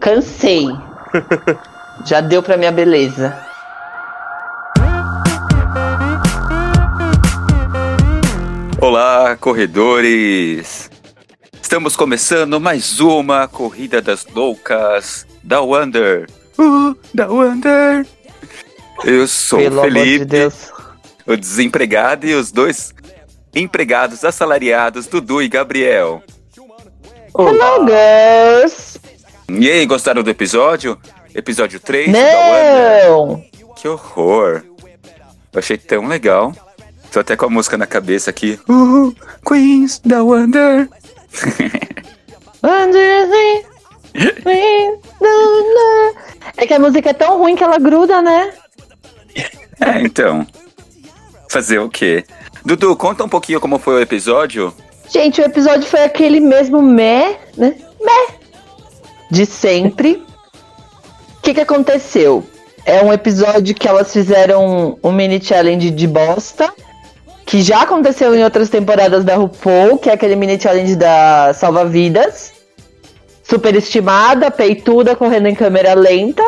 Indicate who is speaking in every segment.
Speaker 1: Cansei. Já deu pra minha beleza.
Speaker 2: Olá, corredores! Estamos começando mais uma Corrida das Loucas da Wonder. Uh, da Wonder! Eu sou o
Speaker 1: Pelo amor de
Speaker 2: Felipe,
Speaker 1: Deus.
Speaker 2: o desempregado, e os dois empregados assalariados, Dudu e Gabriel.
Speaker 1: Hello, girls.
Speaker 2: E aí, gostaram do episódio? Episódio 3 da
Speaker 1: Não.
Speaker 2: Wonder? Que horror! Eu achei tão legal. Tô até com a música na cabeça aqui. Uh, Queens da Wonder!
Speaker 1: Under the window. É que a música é tão ruim que ela gruda, né?
Speaker 2: É, então. Fazer o quê? Dudu, conta um pouquinho como foi o episódio.
Speaker 1: Gente, o episódio foi aquele mesmo mé, né? Mé. De sempre. O que, que aconteceu? É um episódio que elas fizeram um mini challenge de bosta. Que já aconteceu em outras temporadas da RuPaul, que é aquele mini challenge da salva-vidas. Superestimada, peituda, correndo em câmera lenta.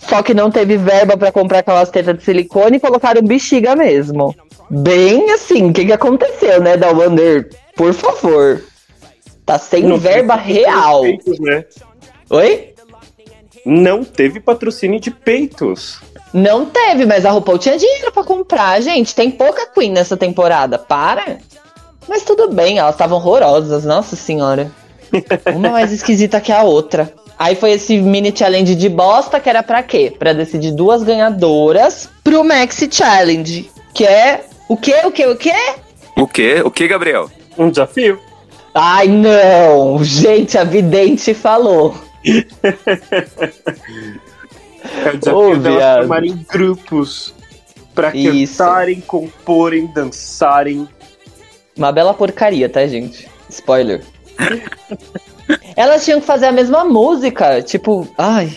Speaker 1: Só que não teve verba pra comprar aquelas tetas de silicone e colocaram bexiga mesmo. Bem assim, o que, que aconteceu, né, da Wander? Por favor. Tá sem
Speaker 3: Não teve
Speaker 1: verba real.
Speaker 3: Peitos, né?
Speaker 1: Oi?
Speaker 3: Não teve patrocínio de peitos.
Speaker 1: Não teve, mas a RuPaul tinha dinheiro pra comprar, gente. Tem pouca Queen nessa temporada, para. Mas tudo bem, elas estavam horrorosas, nossa senhora. Uma mais esquisita que a outra. Aí foi esse mini challenge de bosta que era pra quê? Pra decidir duas ganhadoras pro Maxi Challenge, que é o quê? O quê? O quê?
Speaker 2: O quê? O quê, Gabriel?
Speaker 3: Um desafio.
Speaker 1: Ai, não! Gente, a vidente falou.
Speaker 3: É o desafio
Speaker 1: Ô,
Speaker 3: delas
Speaker 1: viado.
Speaker 3: formarem grupos pra
Speaker 1: Isso.
Speaker 3: cantarem, comporem, dançarem.
Speaker 1: Uma bela porcaria, tá, gente? Spoiler. Elas tinham que fazer a mesma música, tipo, ai.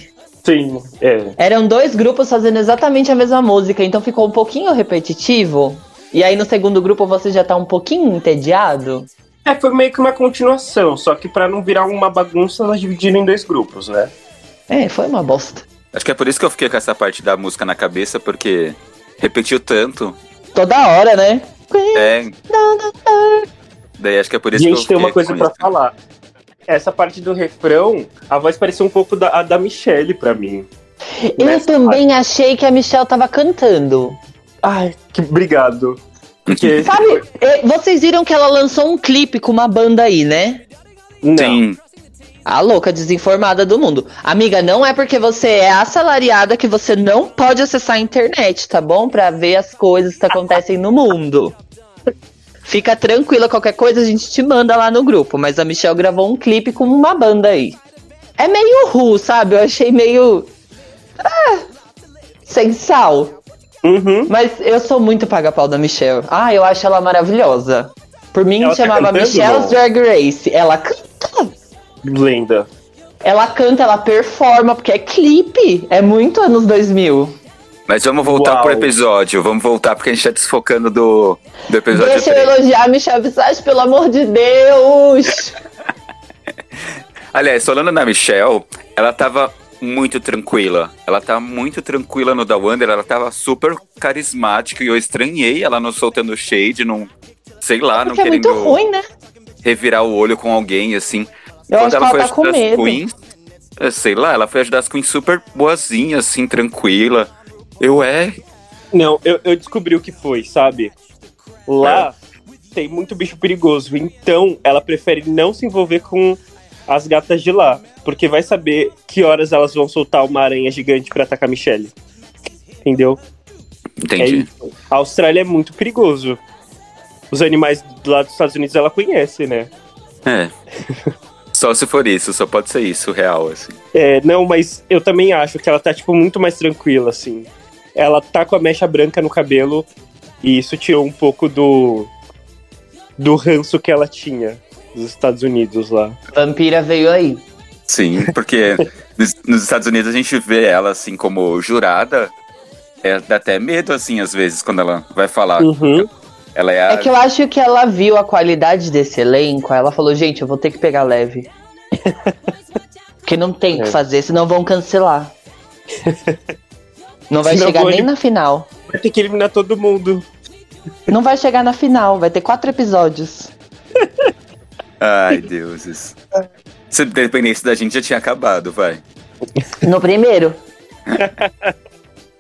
Speaker 3: Sim, é.
Speaker 1: Eram dois grupos fazendo exatamente a mesma música, então ficou um pouquinho repetitivo. E aí no segundo grupo você já tá um pouquinho entediado.
Speaker 3: É, foi meio que uma continuação, só que pra não virar uma bagunça, elas dividiram em dois grupos, né?
Speaker 1: É, foi uma bosta.
Speaker 2: Acho que é por isso que eu fiquei com essa parte da música na cabeça, porque repetiu tanto.
Speaker 1: Toda hora, né?
Speaker 2: É. Daí acho que é por isso que eu
Speaker 3: Gente,
Speaker 2: fiquei
Speaker 3: tem uma coisa
Speaker 2: com
Speaker 3: pra
Speaker 2: isso.
Speaker 3: falar. Essa parte do refrão, a voz parecia um pouco da, a da Michelle pra mim.
Speaker 1: Eu
Speaker 3: Nessa
Speaker 1: também achei que a Michelle tava cantando.
Speaker 3: Ai, que obrigado. Porque,
Speaker 1: Sabe, eh, vocês viram que ela lançou um clipe com uma banda aí, né?
Speaker 3: não,
Speaker 2: Sim.
Speaker 1: A louca desinformada do mundo. Amiga, não é porque você é assalariada que você não pode acessar a internet, tá bom? Pra ver as coisas que acontecem no mundo. Fica tranquila, qualquer coisa a gente te manda lá no grupo. Mas a Michelle gravou um clipe com uma banda aí. É meio ru, sabe? Eu achei meio. ah, sem sal.
Speaker 3: Uhum.
Speaker 1: Mas eu sou muito paga-pau da Michelle. Ah, eu acho ela maravilhosa. Por mim,
Speaker 3: Ela tá
Speaker 1: chamava
Speaker 3: cantando,
Speaker 1: Michelle's
Speaker 3: não?
Speaker 1: Drag Race. Ela canta.
Speaker 3: Lenda.
Speaker 1: Ela canta, ela performa, porque é clipe. É muito anos 2000.
Speaker 2: Mas vamos voltar
Speaker 3: Uau.
Speaker 2: pro episódio. Vamos voltar porque a gente tá desfocando do, do episódio
Speaker 1: Deixa
Speaker 2: 3.
Speaker 1: eu elogiar a Michelle Visage, pelo amor de Deus.
Speaker 2: Aliás, falando na Michelle, ela tava muito tranquila. Ela tá muito tranquila no Da Wonder, ela tava super carismática e eu estranhei ela não soltando shade, não. Sei lá, não
Speaker 1: porque é
Speaker 2: querendo
Speaker 1: muito ruim, né?
Speaker 2: revirar o olho com alguém, assim.
Speaker 1: Eu acho que ela tá com
Speaker 2: ajudar as
Speaker 1: medo.
Speaker 2: queens, eh, sei lá, ela foi ajudar as queens super boazinha, assim, tranquila. Eu é.
Speaker 3: Não, eu, eu descobri o que foi, sabe? Lá tem muito bicho perigoso, então ela prefere não se envolver com as gatas de lá, porque vai saber que horas elas vão soltar uma aranha gigante pra atacar a Michelle. Entendeu? É
Speaker 2: Entendi.
Speaker 3: isso. A Austrália é muito perigoso. Os animais lá dos Estados Unidos ela conhece, né?
Speaker 2: É. só se for isso, só pode ser isso, real, assim.
Speaker 3: É, não, mas eu também acho que ela tá, tipo, muito mais tranquila, assim. Ela tá com a mecha branca no cabelo e isso tirou um pouco do. do ranço que ela tinha dos Estados Unidos lá.
Speaker 1: Vampira veio aí.
Speaker 2: Sim, porque nos, nos Estados Unidos a gente vê ela, assim, como jurada. É, dá até medo, assim, às vezes, quando ela vai falar.
Speaker 3: Uhum.
Speaker 2: Ela é a.
Speaker 1: É que eu acho que ela viu a qualidade desse elenco. aí Ela falou, gente, eu vou ter que pegar leve. Porque não tem o
Speaker 3: É.
Speaker 1: que fazer, senão vão cancelar. Não vai
Speaker 3: Senão
Speaker 1: chegar
Speaker 3: vou
Speaker 1: nem
Speaker 3: ele-
Speaker 1: na final.
Speaker 3: Vai ter que eliminar todo mundo.
Speaker 1: Não vai chegar na final, vai ter quatro episódios.
Speaker 2: Ai, deuses. Se dependesse da gente, já tinha acabado, vai.
Speaker 1: No primeiro.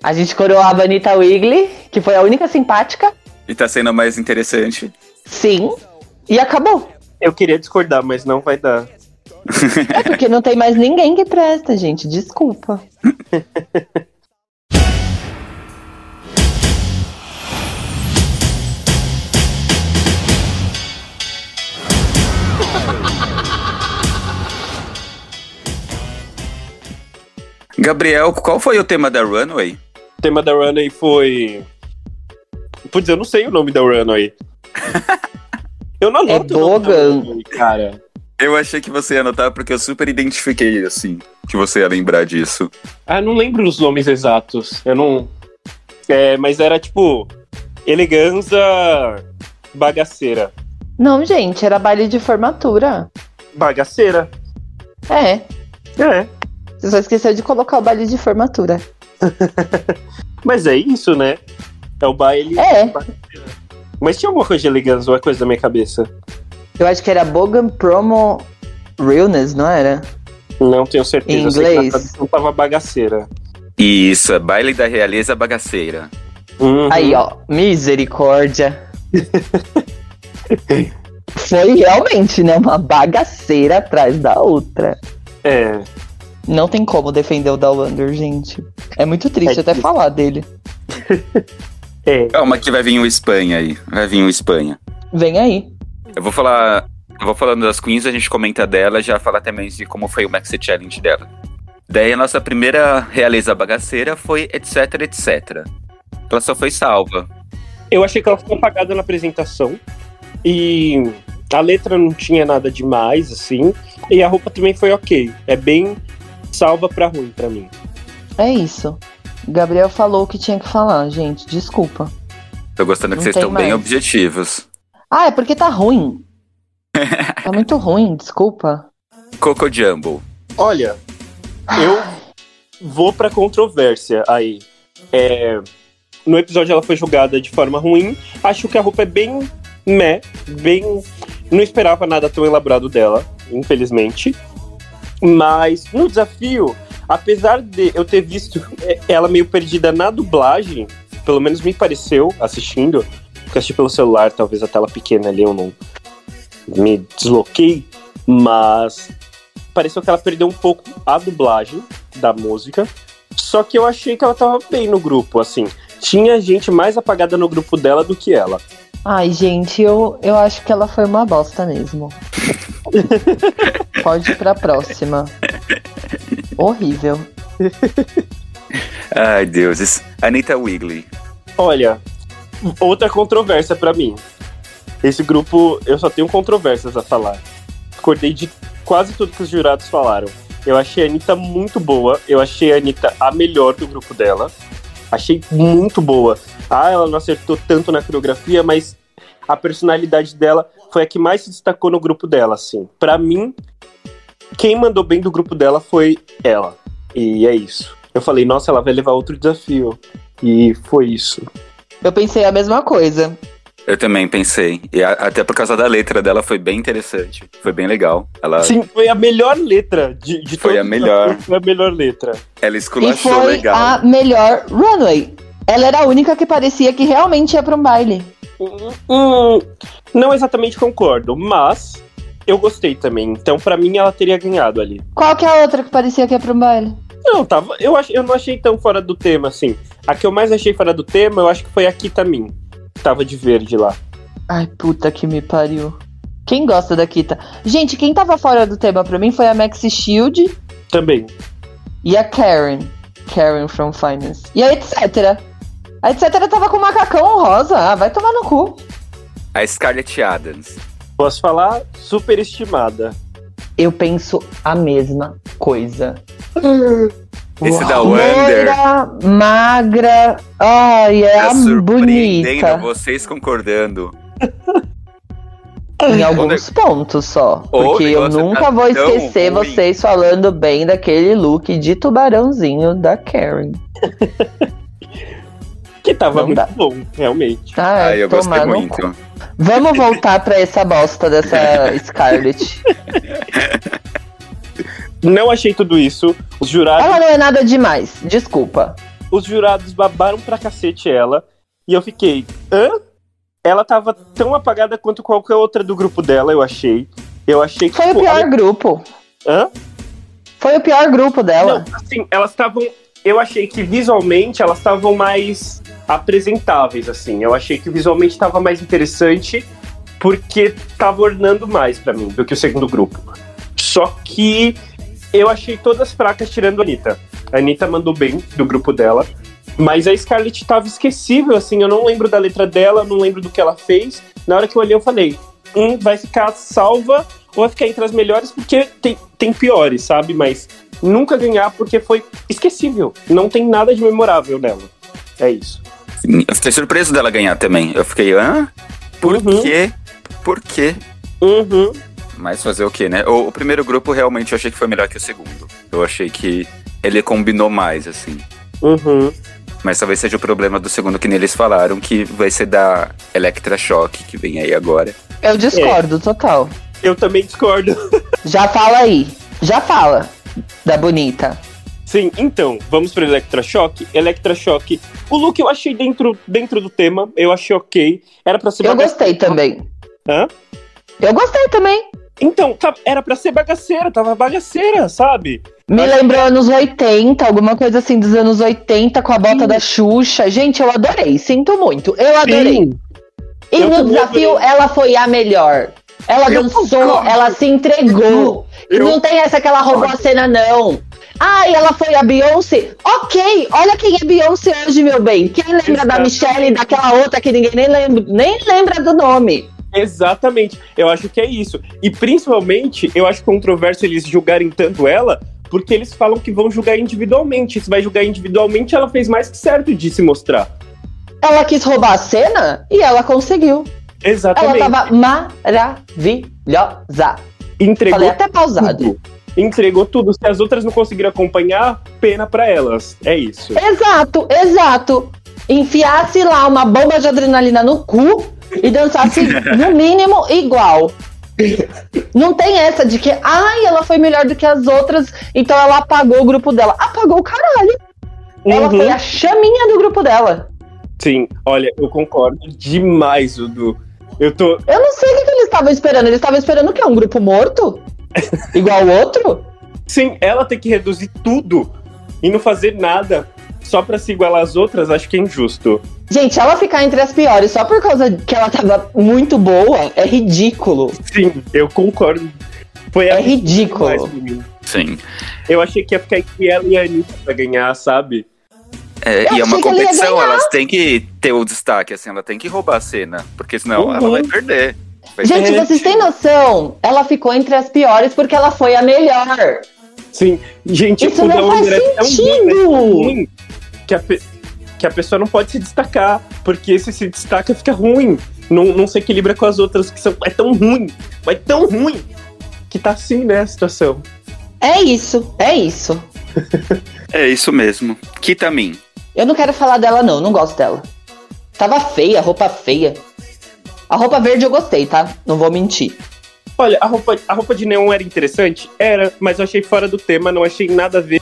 Speaker 1: A gente coroou a Vanita Wigley, que foi a única simpática.
Speaker 2: E tá sendo mais interessante.
Speaker 1: Sim. E acabou.
Speaker 3: Eu queria discordar, mas não vai dar.
Speaker 1: É porque não tem mais ninguém que presta, gente. Desculpa.
Speaker 2: Gabriel, qual foi o tema da Runway?
Speaker 3: O tema da Runway foi. Putz, eu não sei o nome da Runway. eu não
Speaker 1: É
Speaker 3: anoto o nome da
Speaker 1: Bogan.
Speaker 3: Runway, cara.
Speaker 2: Eu achei que você ia anotar porque eu super identifiquei, assim, que você ia lembrar disso.
Speaker 3: Ah, não lembro os nomes exatos. Eu não. É, mas era tipo. Eleganza bagaceira.
Speaker 1: Não, gente, era baile de formatura.
Speaker 3: Bagaceira?
Speaker 1: É.
Speaker 3: É.
Speaker 1: Você só esqueceu de colocar o baile de formatura.
Speaker 3: Mas é isso, né? É o baile.
Speaker 1: É.
Speaker 3: Mas tinha alguma coisa de elegância, uma coisa da minha cabeça.
Speaker 1: Eu acho que era Bogan Promo Realness, não era?
Speaker 3: Não tenho certeza.
Speaker 1: Em
Speaker 3: eu sei que na
Speaker 1: inglês?
Speaker 3: tradução tava bagaceira.
Speaker 2: Isso, é baile da realeza bagaceira.
Speaker 3: Uhum.
Speaker 1: Aí, ó, misericórdia. Foi realmente, né? Uma bagaceira atrás da outra.
Speaker 3: É.
Speaker 1: Não tem como defender o Dalander, gente. É muito triste
Speaker 3: É
Speaker 1: até
Speaker 3: difícil.
Speaker 1: falar dele.
Speaker 3: É.
Speaker 2: Calma que vai vir o Espanha aí. Vai vir o Espanha.
Speaker 1: Vem aí.
Speaker 2: Eu vou falar. Eu vou falando das queens, a gente comenta dela já falar também de como foi o Maxi Challenge dela. Daí a nossa primeira realeza bagaceira foi etc, etc. Ela só foi salva.
Speaker 3: Eu achei que ela ficou apagada na apresentação. E a letra não tinha nada demais, assim. E a roupa também foi ok. É bem salva pra ruim pra mim.
Speaker 1: É isso. Gabriel falou o que tinha que falar, gente. Desculpa.
Speaker 2: Tô gostando que
Speaker 1: Não
Speaker 2: vocês
Speaker 1: tem
Speaker 2: estão bem
Speaker 1: mais.
Speaker 2: objetivos.
Speaker 1: Ah, é porque tá ruim. Tá muito ruim, desculpa.
Speaker 2: Coco Jumbo.
Speaker 3: Olha, eu vou pra controvérsia aí. É, no episódio ela foi julgada de forma ruim. Acho que a roupa é bem meh, bem. Não esperava nada tão elaborado dela, infelizmente. Mas no desafio, apesar de eu ter visto é, ela meio perdida na dublagem, pelo menos me pareceu assistindo, porque assisti pelo celular, talvez a tela pequena ali eu não me desloquei, mas pareceu que ela perdeu um pouco a dublagem da música. Só que eu achei que ela tava bem no grupo, assim. Tinha gente mais apagada no grupo dela do que ela.
Speaker 1: Ai, gente, eu, eu acho que ela foi uma bosta mesmo. Pode ir pra próxima. Horrível.
Speaker 2: Ai, deuses. Anitta Wigley.
Speaker 3: Olha, outra controvérsia pra mim. Esse grupo, eu só tenho controvérsias a falar. Acordei de quase tudo que os jurados falaram. Eu achei a Anitta muito boa. Eu achei a Anitta a melhor do grupo dela. Achei muito boa. Ah, ela não acertou tanto na coreografia, mas a personalidade dela foi a que mais se destacou no grupo dela, assim. Pra mim, quem mandou bem do grupo dela foi ela. E é isso. Eu falei, nossa, ela vai levar outro desafio. E foi isso.
Speaker 1: Eu pensei a mesma coisa.
Speaker 2: Eu também pensei. E a- até por causa da letra dela foi bem interessante. Foi bem legal. Ela,
Speaker 3: Sim, foi a melhor letra de, de
Speaker 2: Foi
Speaker 3: todos
Speaker 2: a
Speaker 3: os
Speaker 2: melhor.
Speaker 3: atores, Foi a melhor letra.
Speaker 2: ela
Speaker 1: E
Speaker 2: esculachou
Speaker 1: foi
Speaker 2: legal.
Speaker 1: a melhor runway. Ela era a única que parecia que realmente ia pra um baile.
Speaker 3: Hum, não exatamente concordo, mas eu gostei também. Então, pra mim, ela teria ganhado ali.
Speaker 1: Qual que é a outra que parecia que ia pra um baile?
Speaker 3: Não, tava, eu, ach, eu não achei tão fora do tema, assim. A que eu mais achei fora do tema, eu acho que foi a Kita Min. que Tava de verde lá.
Speaker 1: Ai, puta que me pariu. Quem gosta da Kita? Gente, quem tava fora do tema pra mim foi a Maxi Shield
Speaker 3: Também.
Speaker 1: e a Karen. Karen from Finance. E a etc. A etc tava com macacão rosa. Ah, vai tomar no cu.
Speaker 2: A Scarlett Adams.
Speaker 3: Posso falar? Superestimada.
Speaker 1: Eu penso a mesma coisa.
Speaker 2: Esse
Speaker 1: Uau.
Speaker 2: da Wander.
Speaker 1: Loira, magra. Ai, é
Speaker 2: Tá
Speaker 1: a
Speaker 2: surpreendendo
Speaker 1: bonita.
Speaker 2: vocês concordando.
Speaker 1: Em alguns pontos só.
Speaker 2: Ô,
Speaker 1: Porque eu
Speaker 2: negócio
Speaker 1: nunca
Speaker 2: tá
Speaker 1: vou
Speaker 2: tão
Speaker 1: esquecer
Speaker 2: ruim.
Speaker 1: vocês falando bem daquele look de tubarãozinho da Karen.
Speaker 3: Que tava
Speaker 1: Não
Speaker 3: muito
Speaker 1: dá.
Speaker 3: bom, realmente.
Speaker 1: Ah,
Speaker 2: Ah, eu gostei
Speaker 1: tomar no cu.
Speaker 2: muito.
Speaker 1: Vamos voltar pra essa bosta dessa Scarlett.
Speaker 3: Não achei tudo isso. Os
Speaker 2: Ah,
Speaker 3: jurados,
Speaker 1: Ela não é nada demais, desculpa.
Speaker 3: os jurados babaram pra cacete ela. E eu fiquei, hã? Ela tava tão apagada quanto qualquer outra do grupo dela, eu achei. Eu achei que.
Speaker 1: Foi o
Speaker 3: tipo,
Speaker 1: pior grupo.
Speaker 3: Hã?
Speaker 1: Foi o pior grupo dela.
Speaker 3: Não, assim, elas estavam. Eu achei que visualmente elas estavam mais apresentáveis, assim. Eu achei que visualmente estava mais interessante porque tava ornando mais pra mim do que o segundo grupo. Só que eu achei todas fracas tirando a Anitta. A Anitta mandou bem do grupo dela. Mas a Scarlett tava esquecível, assim. Eu não lembro da letra dela, não lembro do que ela fez. Na hora que eu olhei, eu falei: hum, vai ficar salva ou vai ficar entre as melhores porque tem, tem piores, sabe? Mas nunca ganhar porque foi esquecível. Não tem nada de memorável nela. É isso.
Speaker 2: Sim, Eu fiquei surpreso dela ganhar também. Eu fiquei, hã? Por
Speaker 3: Uhum.
Speaker 2: quê? Por quê?
Speaker 3: Uhum.
Speaker 2: Mas fazer o quê, né? O, o primeiro grupo realmente eu achei que foi melhor que o segundo. Eu achei que ele combinou mais, assim.
Speaker 3: Uhum.
Speaker 2: Mas talvez seja o problema do segundo que neles falaram, que vai ser da Electra Shock, que vem aí agora.
Speaker 1: Eu discordo total.
Speaker 3: Eu também discordo.
Speaker 1: Já fala aí. Já fala. Da bonita.
Speaker 3: Sim, então, vamos para Electroshock. Electroshock. O look eu achei dentro, dentro do tema, eu achei ok. Era pra ser
Speaker 1: Eu
Speaker 3: bagaceira.
Speaker 1: gostei também.
Speaker 3: Hã?
Speaker 1: Eu gostei também.
Speaker 3: Então, tá- era pra ser bagaceira, tava bagaceira, sabe?
Speaker 1: Me
Speaker 3: Acho
Speaker 1: lembrou anos 80, alguma coisa assim dos anos 80 com a bota
Speaker 3: Sim.
Speaker 1: da Xuxa. Gente, eu adorei, sinto muito. Eu adorei.
Speaker 3: Sim.
Speaker 1: E
Speaker 3: Eu
Speaker 1: no
Speaker 3: também
Speaker 1: desafio,
Speaker 3: adorei.
Speaker 1: ela foi a melhor. Ela
Speaker 2: Eu
Speaker 1: dançou,
Speaker 2: concordo.
Speaker 1: ela se entregou. E
Speaker 3: Eu-
Speaker 1: Não tem essa que ela roubou a cena, não. Ah, e ela foi a Beyoncé? Ok, olha quem é Beyoncé hoje, meu bem. Quem lembra da
Speaker 3: Exatamente.
Speaker 1: Michelle e daquela outra que ninguém nem lembra, nem lembra do nome?
Speaker 3: Exatamente. Eu acho que é isso. E principalmente, eu acho controverso eles julgarem tanto ela, porque eles falam que vão julgar individualmente. Se vai julgar individualmente, ela fez mais que certo de se mostrar.
Speaker 1: Ela quis roubar a cena e ela conseguiu. Ela
Speaker 3: Exatamente.
Speaker 1: tava maravilhosa.
Speaker 3: Entregou
Speaker 1: Falei é até pausado.
Speaker 3: tudo. Entregou tudo. Se as outras não conseguiram acompanhar, pena pra elas. É isso.
Speaker 1: Exato, exato. Enfiasse lá uma bomba de adrenalina no cu e dançasse no mínimo igual. Não tem essa de que, ai, ela foi melhor do que as outras, então ela apagou o grupo dela. Apagou o caralho. Ela é
Speaker 3: Uhum.
Speaker 1: foi a chaminha do grupo dela.
Speaker 3: Sim, olha, eu concordo demais, Dudu. Eu tô.
Speaker 1: Eu não sei o que, que eles estavam esperando. Eles estavam esperando o quê? Um grupo morto? Igual o outro?
Speaker 3: Sim, ela tem que reduzir tudo e não fazer nada só pra se igualar às outras, acho que é injusto.
Speaker 1: Gente, ela ficar entre as piores só por causa que ela tava muito boa é ridículo.
Speaker 3: Sim, eu concordo. Foi
Speaker 1: É
Speaker 3: ela que mais
Speaker 1: ridículo.
Speaker 3: pra mim.
Speaker 2: Sim.
Speaker 3: Eu achei que ia ficar entre ela e a Anitta pra ganhar, sabe?
Speaker 2: É,
Speaker 1: Eu
Speaker 2: e é uma
Speaker 1: achei que ele ia
Speaker 2: competição,
Speaker 1: ganhar.
Speaker 2: elas têm que ter o destaque, assim, ela tem que roubar a cena, porque senão ela
Speaker 3: Uhum.
Speaker 2: vai perder. Vai
Speaker 1: Gente,
Speaker 2: perder.
Speaker 1: vocês têm noção? Ela ficou entre as piores porque ela foi a melhor.
Speaker 3: Sim. Gente,
Speaker 1: Isso
Speaker 3: o
Speaker 1: não
Speaker 3: da
Speaker 1: faz
Speaker 3: Wonder é tão ruim, mas tão
Speaker 1: sentido.
Speaker 3: ruim que a, pe- que a pessoa não pode se destacar, porque se se destaca fica ruim. Não, não se equilibra com as outras, que são, é tão ruim, mas tão ruim, que tá assim, né, a situação.
Speaker 1: É isso, é isso.
Speaker 2: É isso mesmo. Kitamin.
Speaker 1: Eu não quero falar dela, não, não gosto dela. Tava feia, roupa feia. A roupa verde eu gostei, tá? Não vou mentir.
Speaker 3: Olha, a roupa, a roupa de neon era interessante? Era, mas eu achei fora do tema, não achei nada a ver,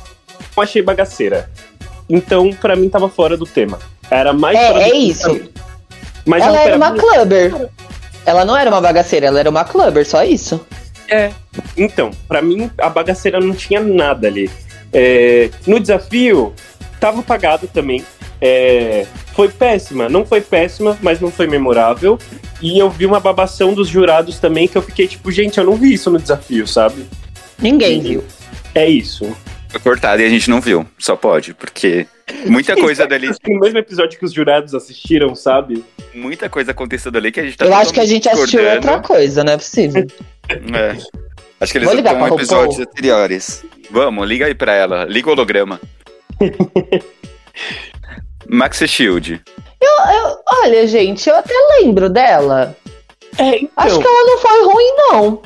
Speaker 3: não achei bagaceira. Então, pra mim, tava fora do tema. Era mais
Speaker 1: É,
Speaker 3: fora do
Speaker 1: é
Speaker 3: tema
Speaker 1: isso.
Speaker 3: pra mim. Mas a
Speaker 1: ela
Speaker 3: roupa
Speaker 1: era uma
Speaker 3: bonita.
Speaker 1: clubber. Ela não era uma bagaceira, ela era uma clubber, só isso.
Speaker 3: Então, pra mim, a bagaceira não tinha nada ali. É, no desafio, tava apagado também. É, foi péssima. Não foi péssima, mas não foi memorável. E eu vi uma babação dos jurados também que eu fiquei tipo, gente, eu não vi isso no desafio, sabe?
Speaker 1: Ninguém
Speaker 2: Uhum.
Speaker 1: viu.
Speaker 2: Tá
Speaker 3: É isso.
Speaker 2: Foi cortada e a gente não viu. Só pode, porque muita coisa dali.
Speaker 3: No mesmo episódio que os jurados assistiram, sabe?
Speaker 2: Muita coisa acontecendo ali que a gente tá
Speaker 1: eu acho que a gente assistiu
Speaker 2: discordando.
Speaker 1: outra coisa, não é possível.
Speaker 2: É. Acho que eles
Speaker 1: Vou ligar
Speaker 2: estão
Speaker 1: pra
Speaker 2: episódios
Speaker 1: RuPaul.
Speaker 2: anteriores. Vamos, liga aí pra ela. Liga o holograma. Max Shield.
Speaker 1: Eu- olha, gente, eu até lembro dela.
Speaker 3: É, então,
Speaker 1: Acho que ela não foi ruim, não.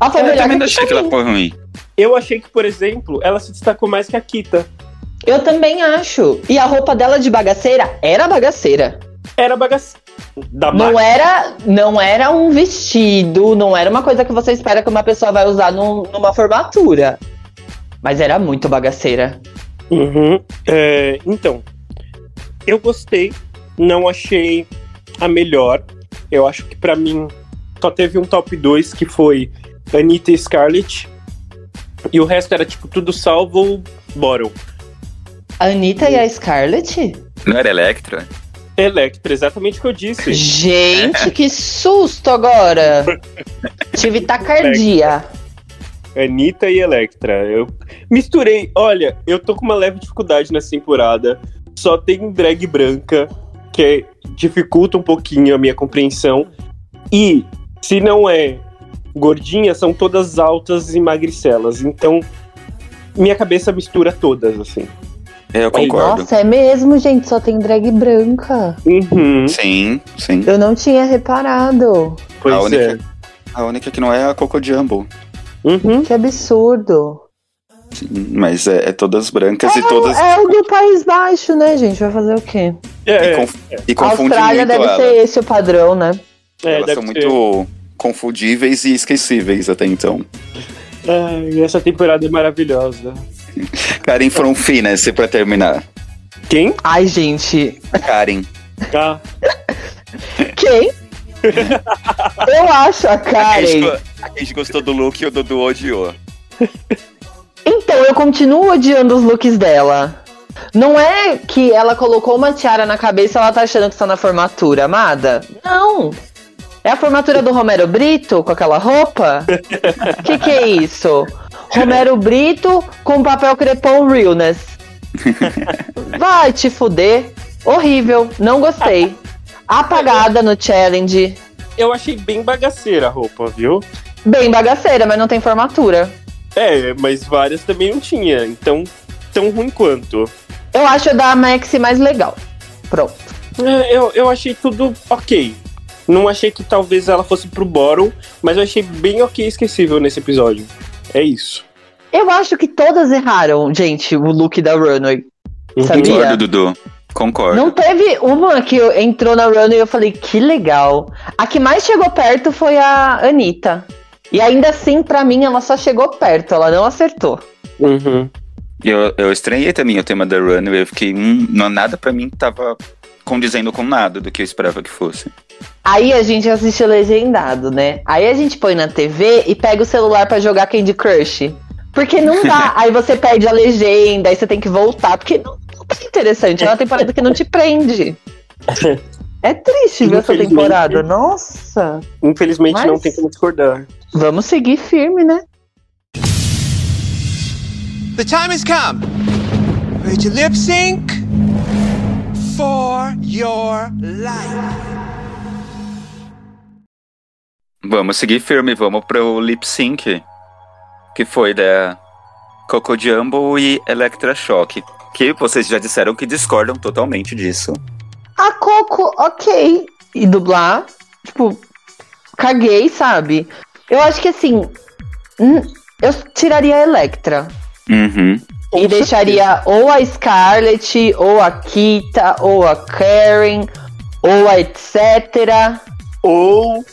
Speaker 1: Ela foi
Speaker 2: Eu
Speaker 1: melhor
Speaker 2: também
Speaker 1: que
Speaker 2: não
Speaker 1: a
Speaker 2: achei que
Speaker 1: Kita
Speaker 2: ela
Speaker 1: Lee.
Speaker 2: foi ruim.
Speaker 3: eu achei que, por exemplo, ela se destacou mais que a Kita.
Speaker 1: Eu também acho. E a roupa dela de bagaceira era bagaceira.
Speaker 3: Era bagaceira. Da
Speaker 1: Não
Speaker 3: Max.
Speaker 1: era, não era um vestido, não era uma coisa que você espera que uma pessoa vai usar num- numa formatura. Mas era muito bagaceira.
Speaker 3: Uhum. É, então, eu gostei, não achei a melhor. Eu acho que pra mim só teve um top 2 que foi Anitta e Scarlett. E o resto era tipo tudo salvo Boron.
Speaker 1: A Anitta e a Scarlett?
Speaker 2: Não era Electra?
Speaker 3: Electra, exatamente o que eu disse.
Speaker 1: Gente, que susto agora! Tive tacardia.
Speaker 3: Anitta e Electra. Eu misturei. Olha, eu tô com uma leve dificuldade nessa temporada. Só tem drag branca, que dificulta um pouquinho a minha compreensão. E se não é gordinha, são todas altas e magricelas. Então, minha cabeça mistura todas, assim.
Speaker 2: É, Eu concordo.
Speaker 1: Nossa, é mesmo, gente, só tem drag branca.
Speaker 3: Uhum.
Speaker 2: Sim, sim.
Speaker 1: Eu não tinha reparado.
Speaker 3: Pois
Speaker 2: a, única,
Speaker 3: é.
Speaker 2: a única que não é a Coco Jumbo.
Speaker 3: Uhum.
Speaker 1: Que absurdo.
Speaker 2: Mas é, é todas brancas e todas.
Speaker 1: É o do País Baixo, né, gente? Vai fazer o quê?
Speaker 2: E,
Speaker 3: É,
Speaker 2: conf, e
Speaker 1: A
Speaker 2: confunde
Speaker 1: Austrália
Speaker 2: muito
Speaker 1: deve
Speaker 2: ela.
Speaker 1: ser esse o padrão, né?
Speaker 3: é,
Speaker 2: Elas
Speaker 3: deve
Speaker 2: são
Speaker 3: ser.
Speaker 2: muito confundíveis e esquecíveis até então.
Speaker 3: Ai, essa temporada é maravilhosa.
Speaker 2: Karen Fronfi, né? Se pra terminar.
Speaker 3: Quem?
Speaker 1: Ai, gente.
Speaker 2: Karen.
Speaker 3: Ah,
Speaker 1: Quem? Eu acho a
Speaker 2: É, A gente,
Speaker 1: Karen.
Speaker 2: go- a gente gostou do look e o Dudu odiou.
Speaker 1: Então, eu continuo odiando os looks dela. Não é que ela colocou uma tiara na cabeça e ela tá achando que está na formatura, amada. Não. É a formatura do Romero Brito com aquela roupa? O que, que é isso? Romero Brito com papel crepom realness. Vai te fuder. Horrível. Não gostei. Apagada no challenge.
Speaker 3: eu achei bem bagaceira a roupa, viu?
Speaker 1: Bem bagaceira, mas não tem formatura.
Speaker 3: É, mas várias também não tinha, então tão ruim quanto.
Speaker 1: Eu acho a da Maxi mais legal. Pronto.
Speaker 3: É, Eu, eu achei tudo ok. Não achei que talvez ela fosse pro Boron, mas eu achei bem ok e esquecível nesse episódio. É isso.
Speaker 1: Eu acho que todas erraram, gente, o look da runway.
Speaker 3: Uhum.
Speaker 1: Sabia?
Speaker 2: Concordo, Dudu. Concordo.
Speaker 1: é. Não teve uma que eu- entrou na runway e eu falei, que legal. A que mais chegou perto foi a Anitta. E ainda assim, pra mim, ela só chegou perto, ela não acertou.
Speaker 3: Uhum.
Speaker 2: Eu, eu estranhei também o tema da Runway. Eu fiquei. Hum, não, nada pra mim tava condizendo com nada do que eu esperava que fosse.
Speaker 1: Aí a gente assiste o legendado, né? Aí a gente põe na TV e pega o celular pra jogar Candy Crush. Porque não dá. aí você perde a legenda, aí você tem que voltar, porque não, não tá interessante. É uma temporada que não te prende. É triste ver essa
Speaker 3: Infelizmente.
Speaker 1: temporada. Nossa.
Speaker 3: Infelizmente
Speaker 1: Mas-
Speaker 3: não tem como discordar.
Speaker 1: Vamos seguir firme, né?
Speaker 4: The time has come for you to lip sync for your life.
Speaker 2: Vamos seguir firme, vamos pro lip sync. Que foi da Coco Jumbo e Electra Shock. Que vocês já disseram que discordam totalmente disso.
Speaker 1: A Coco, ok. E dublar, tipo, caguei, sabe? Eu acho que assim. hum, Eu tiraria a Electra.
Speaker 2: Uhum.
Speaker 1: E deixaria ou a Scarlett, ou a Kita, ou a Karen, ou a etc.
Speaker 3: Ou.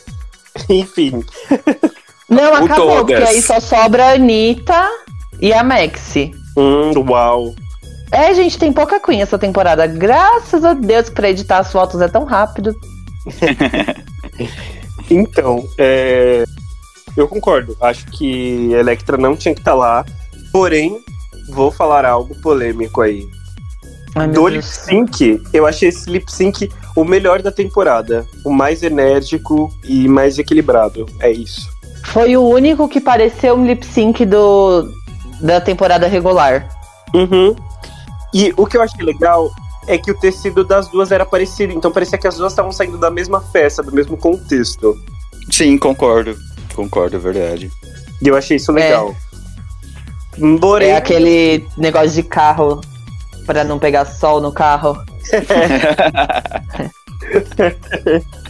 Speaker 3: Enfim.
Speaker 1: Não,
Speaker 2: Ou
Speaker 1: acabou,
Speaker 2: todas.
Speaker 1: porque aí só sobra a Anitta e a Maxi.
Speaker 3: Hum, uau.
Speaker 1: É, gente, tem pouca Queen essa temporada. Graças a Deus que pra editar as fotos é tão rápido.
Speaker 3: Então, é, eu concordo. Acho que Electra não tinha que estar lá. Porém, vou falar algo polêmico aí.
Speaker 1: Ai, meu
Speaker 3: do lip
Speaker 1: Deus.
Speaker 3: sync, eu achei esse lip sync o melhor da temporada. O mais enérgico e mais equilibrado. É isso.
Speaker 1: Foi o único que pareceu um lip sync do, da temporada regular.
Speaker 3: Uhum. E o que eu achei legal é que o tecido das duas era parecido, então parecia que as duas estavam saindo da mesma festa, do mesmo contexto.
Speaker 2: Sim, concordo. Concordo, é verdade.
Speaker 3: E eu achei isso legal. Porém,
Speaker 1: É aquele negócio de carro pra não pegar sol no carro.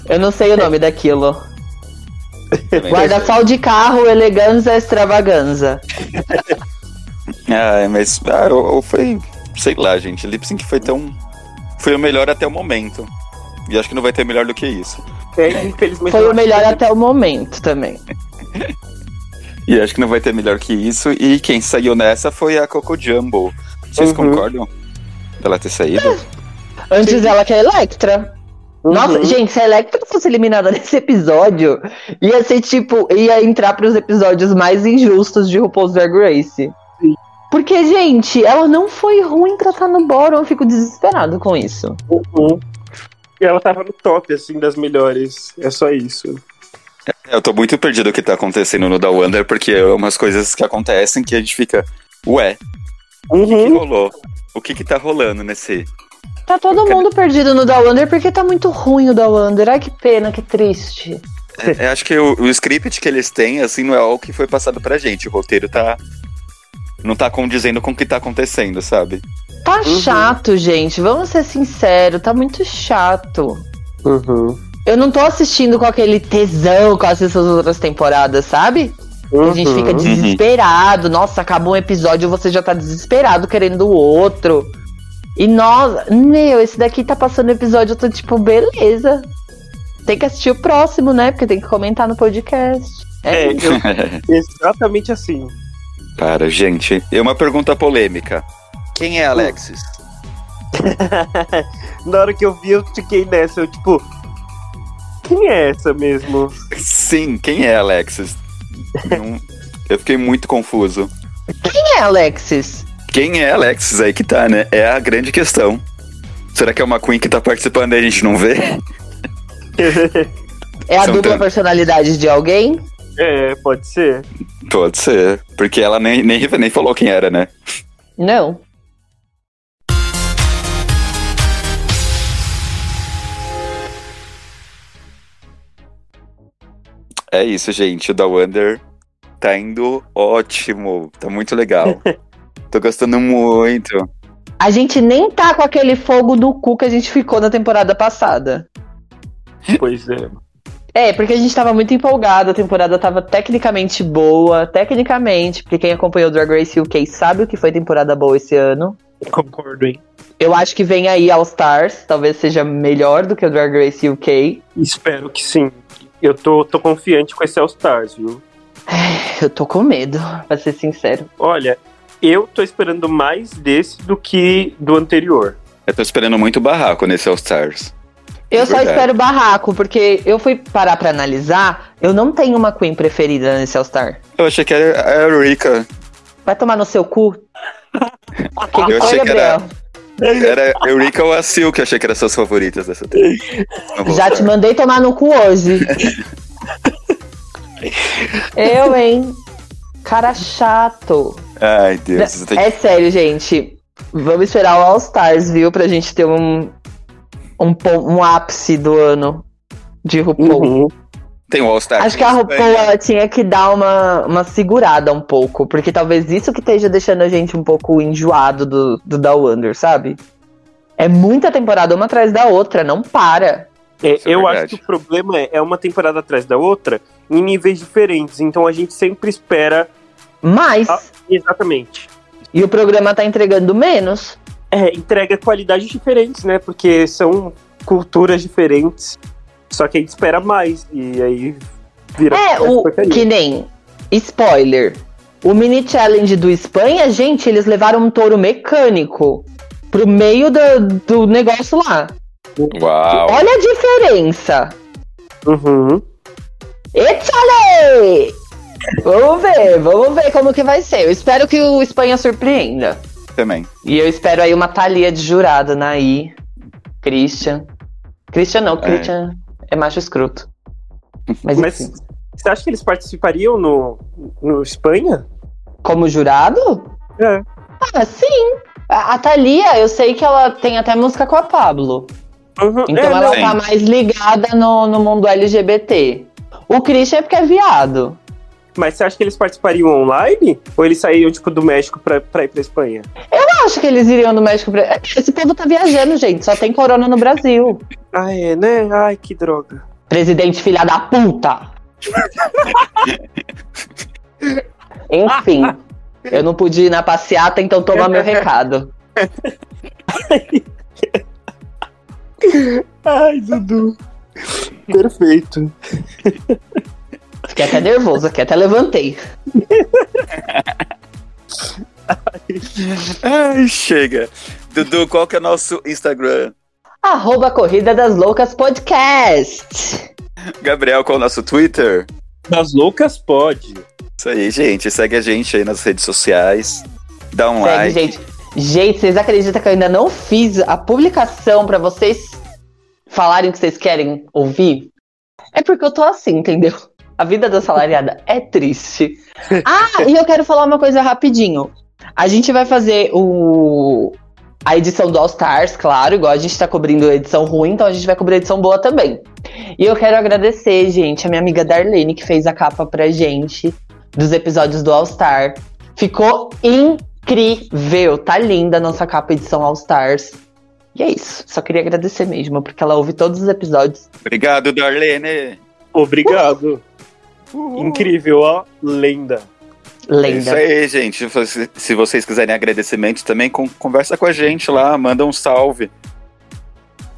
Speaker 1: Eu não sei o nome daquilo.
Speaker 2: Também.
Speaker 1: Guarda-sol de carro, eleganza, extravaganza.
Speaker 2: Ah, mas ah, eu- eu foi, sei lá, gente, lip sync foi tão foi o melhor até o momento. E acho que não vai ter melhor do que isso.
Speaker 3: É, infelizmente.
Speaker 1: Foi
Speaker 3: eu
Speaker 1: o
Speaker 3: acho
Speaker 1: melhor
Speaker 3: que-
Speaker 1: até o momento também.
Speaker 2: E acho que não vai ter melhor que isso. E quem saiu nessa foi a Coco Jumbo. Vocês
Speaker 3: Uhum.
Speaker 2: concordam dela ter saído?
Speaker 1: Antes dela que a Electra.
Speaker 3: Uhum.
Speaker 1: Nossa, gente, se a Electra fosse eliminada nesse episódio, ia ser tipo, ia entrar pros episódios mais injustos de RuPaul's Drag Race. Porque, gente, ela não foi ruim pra estar no Bottom, eu fico desesperado com isso.
Speaker 3: Uhum. E ela tava no top, assim, das melhores. É só isso.
Speaker 2: Eu tô muito perdido o que tá acontecendo no Da Wonder, porque é umas coisas que acontecem que a gente fica, ué, o que
Speaker 3: Uhum.
Speaker 2: rolou? O que que tá rolando nesse?
Speaker 1: Tá todo
Speaker 2: Cadê?
Speaker 1: mundo perdido no Dowander porque tá muito ruim o Dowander. Ai, que pena, que triste.
Speaker 2: É, acho que o, o script que eles têm, assim, não é o que foi passado pra gente. O roteiro tá. Não tá condizendo com o que tá acontecendo, sabe?
Speaker 1: Tá
Speaker 3: Uhum.
Speaker 1: chato, gente. Vamos ser sinceros, tá muito chato.
Speaker 3: Uhum.
Speaker 1: Eu não tô assistindo com aquele tesão que eu assisto as outras temporadas, sabe? A
Speaker 3: Uhum.
Speaker 1: gente fica desesperado. Nossa, acabou um episódio, você já tá desesperado querendo o outro. E nós, meu, esse daqui tá passando episódio, eu tô tipo, beleza. Tem que assistir o próximo, né? Porque tem que comentar no podcast.
Speaker 3: É,
Speaker 1: É,
Speaker 3: eu- exatamente assim.
Speaker 2: Para, gente. E uma pergunta polêmica. Quem é Alexis?
Speaker 3: Na hora que eu vi, eu fiquei nessa. Eu, tipo, quem é essa mesmo?
Speaker 2: Sim, quem é Alexis? Não- Eu fiquei muito confuso.
Speaker 1: Quem é, Alexis?
Speaker 2: Quem é Alexis? Aí que tá, né? É a grande questão. Será que é uma Queen que tá participando e a gente não vê?
Speaker 1: É a
Speaker 2: Santana.
Speaker 1: dupla personalidade de alguém?
Speaker 3: é, pode ser.
Speaker 2: Pode ser. Porque ela nem, nem, nem falou quem era, né?
Speaker 1: Não.
Speaker 2: É isso, gente. O Da Wonder tá indo ótimo. Tá muito legal. Tô gostando muito.
Speaker 1: A gente nem tá com aquele fogo no cu que a gente ficou na temporada passada.
Speaker 3: Pois é.
Speaker 1: É, porque a gente tava muito empolgado, a temporada tava tecnicamente boa, tecnicamente, porque quem acompanhou Drag Race UK sabe o que foi temporada boa esse ano.
Speaker 3: Concordo, hein?
Speaker 1: Eu acho que vem aí All Stars, talvez seja melhor do que o Drag Race UK.
Speaker 3: Espero que sim. Eu tô, tô confiante com esse All Stars, viu?
Speaker 1: Eu tô com medo, pra ser sincero.
Speaker 3: Olha, eu tô esperando mais desse do que do anterior.
Speaker 2: Eu tô esperando muito barraco nesse All Stars.
Speaker 1: Eu só
Speaker 2: Verdade.
Speaker 1: espero barraco, porque eu fui parar pra analisar, eu não tenho uma Queen preferida nesse All Star.
Speaker 2: Eu achei que era a Eureka.
Speaker 1: Vai tomar no seu cu? que que foi,
Speaker 2: Eu achei que era-
Speaker 1: Gabriel?
Speaker 2: Era a Eureka ou a Silk, eu achei que eram suas favoritas dessa TV. Não vou
Speaker 1: Já te
Speaker 2: falar.
Speaker 1: mandei tomar no cu hoje. Eu, hein? Cara chato.
Speaker 2: Ai, Deus. eu tenho-
Speaker 1: É sério, gente. Vamos esperar o All Stars, viu? Pra gente ter um, um, pon- um ápice do ano de RuPaul.
Speaker 3: Uhum.
Speaker 2: Tem o All Stars. né?
Speaker 1: Acho que a
Speaker 2: na
Speaker 1: RuPaul
Speaker 2: Espanha.
Speaker 1: ela tinha que dar uma, uma segurada um pouco. Porque talvez isso que esteja deixando a gente um pouco enjoado do, do Down Under, sabe? É muita temporada uma atrás da outra, não para.
Speaker 3: É,
Speaker 2: Isso é
Speaker 3: eu
Speaker 2: verdade.
Speaker 3: acho que o problema é, é uma temporada atrás da outra em níveis diferentes. Então a gente sempre espera
Speaker 1: Mas.
Speaker 3: Ah. exatamente.
Speaker 1: E o programa tá entregando menos.
Speaker 3: É, entrega qualidades diferentes, né? Porque são culturas diferentes. Só que a gente espera mais. E aí vira
Speaker 1: É, o
Speaker 3: porcaria.
Speaker 1: que nem spoiler. O mini challenge do Espanha, gente, eles levaram um touro mecânico pro meio do, do negócio lá.
Speaker 2: Uau.
Speaker 1: é- Olha a diferença.
Speaker 3: Uhum.
Speaker 1: Echale! Vamos ver, vamos ver como que vai ser. Eu espero que o Espanha surpreenda.
Speaker 2: Também.
Speaker 1: E eu espero aí uma Thalia de jurado na I. Christian. Christian não, Christian é, macho escroto. Mas,
Speaker 3: Mas
Speaker 1: enfim,
Speaker 3: você acha que eles participariam no, no Espanha?
Speaker 1: como jurado?
Speaker 3: É.
Speaker 1: Ah, sim. A, a Thalia, eu sei que ela tem até música com a Pablo.
Speaker 3: Uhum.
Speaker 1: Então
Speaker 3: É,
Speaker 1: ela
Speaker 3: não,
Speaker 2: Sim.
Speaker 1: tá mais ligada no, no mundo LGBT. O Christian é porque é viado.
Speaker 3: Mas você acha que eles participariam online? Ou eles saíram, tipo, do México pra, pra ir pra Espanha?
Speaker 1: Eu acho que eles iriam no México. pra- Esse povo tá viajando, gente. Só tem corona no Brasil.
Speaker 3: Ah, é, né? Ai, que droga.
Speaker 1: Presidente filha da puta. Enfim, eu não pude ir na passeata, então toma meu recado.
Speaker 3: Ai, Dudu. Perfeito.
Speaker 1: Fiquei até nervoso aqui, até levantei.
Speaker 2: Ai, chega. Dudu, qual que é o nosso Instagram?
Speaker 1: Arroba Corrida das Loucas Podcast.
Speaker 2: Gabriel, qual é o nosso Twitter?
Speaker 3: Das loucas pode.
Speaker 2: Isso aí, gente. Segue a gente aí nas redes sociais. Dá um
Speaker 1: Segue,
Speaker 2: like.
Speaker 1: gente. Gente, vocês acreditam que eu ainda não fiz a publicação pra vocês falarem o que vocês querem ouvir? É porque eu tô assim, entendeu? A vida da salariada é triste. Ah, e eu quero falar uma coisa rapidinho. A gente vai fazer o a edição do All Stars, claro, igual a gente tá cobrindo a edição ruim, então a gente vai cobrir a edição boa também. E eu quero agradecer, gente, a minha amiga Darlene, que fez a capa pra gente dos episódios do All Star. Ficou incrível, tá linda a nossa capa edição All Stars. E é isso, só queria agradecer mesmo, porque ela ouve todos os episódios.
Speaker 2: Obrigado, Darlene.
Speaker 3: Obrigado. Uhum. Incrível, ó. Lenda.
Speaker 2: É Isso
Speaker 1: Lenda.
Speaker 2: aí, gente. Se- Se vocês quiserem agradecimentos também, con- conversa com a gente lá, manda um salve.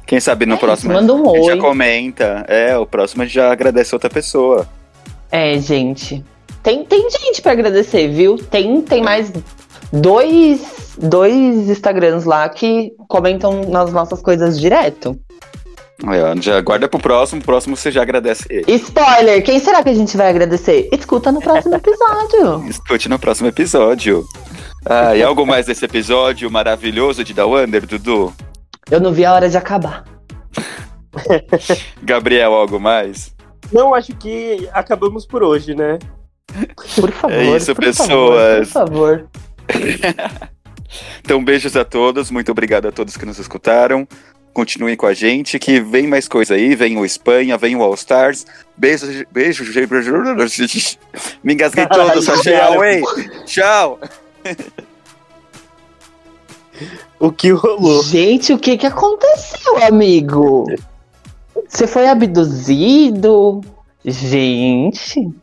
Speaker 2: Quem sabe no
Speaker 1: É
Speaker 2: próximo
Speaker 1: isso, manda um
Speaker 2: a gente já
Speaker 1: oi.
Speaker 2: comenta. É, o próximo a gente já agradece outra pessoa.
Speaker 1: É, gente. Tem, tem gente pra agradecer, viu? Tem, tem mais dois, dois Instagrams lá que comentam nas nossas coisas direto.
Speaker 2: Aí, ó, já guarda pro próximo, o próximo você já agradece ele.
Speaker 1: Spoiler! Quem será que a gente vai agradecer? Escuta no próximo episódio.
Speaker 2: Escute no próximo episódio. Ah, e algo mais desse episódio maravilhoso de Da Wonder, Dudu?
Speaker 1: Eu não vi a hora de acabar.
Speaker 2: Gabriel, algo mais?
Speaker 3: Não, acho que acabamos por hoje, né?
Speaker 1: Por favor.
Speaker 2: isso,
Speaker 1: por
Speaker 2: pessoas.
Speaker 1: Favor, por favor.
Speaker 2: Então, beijos a todos, muito obrigado a todos que nos escutaram. Continuem com a gente, que vem mais coisa aí, vem o Espanha, vem o All Stars. Beijos, beijos, beijos. Me engasguei todo, só tchau, hein? Tchau!
Speaker 3: O que rolou?
Speaker 1: Gente, o que que aconteceu, amigo? Você foi abduzido? Gente.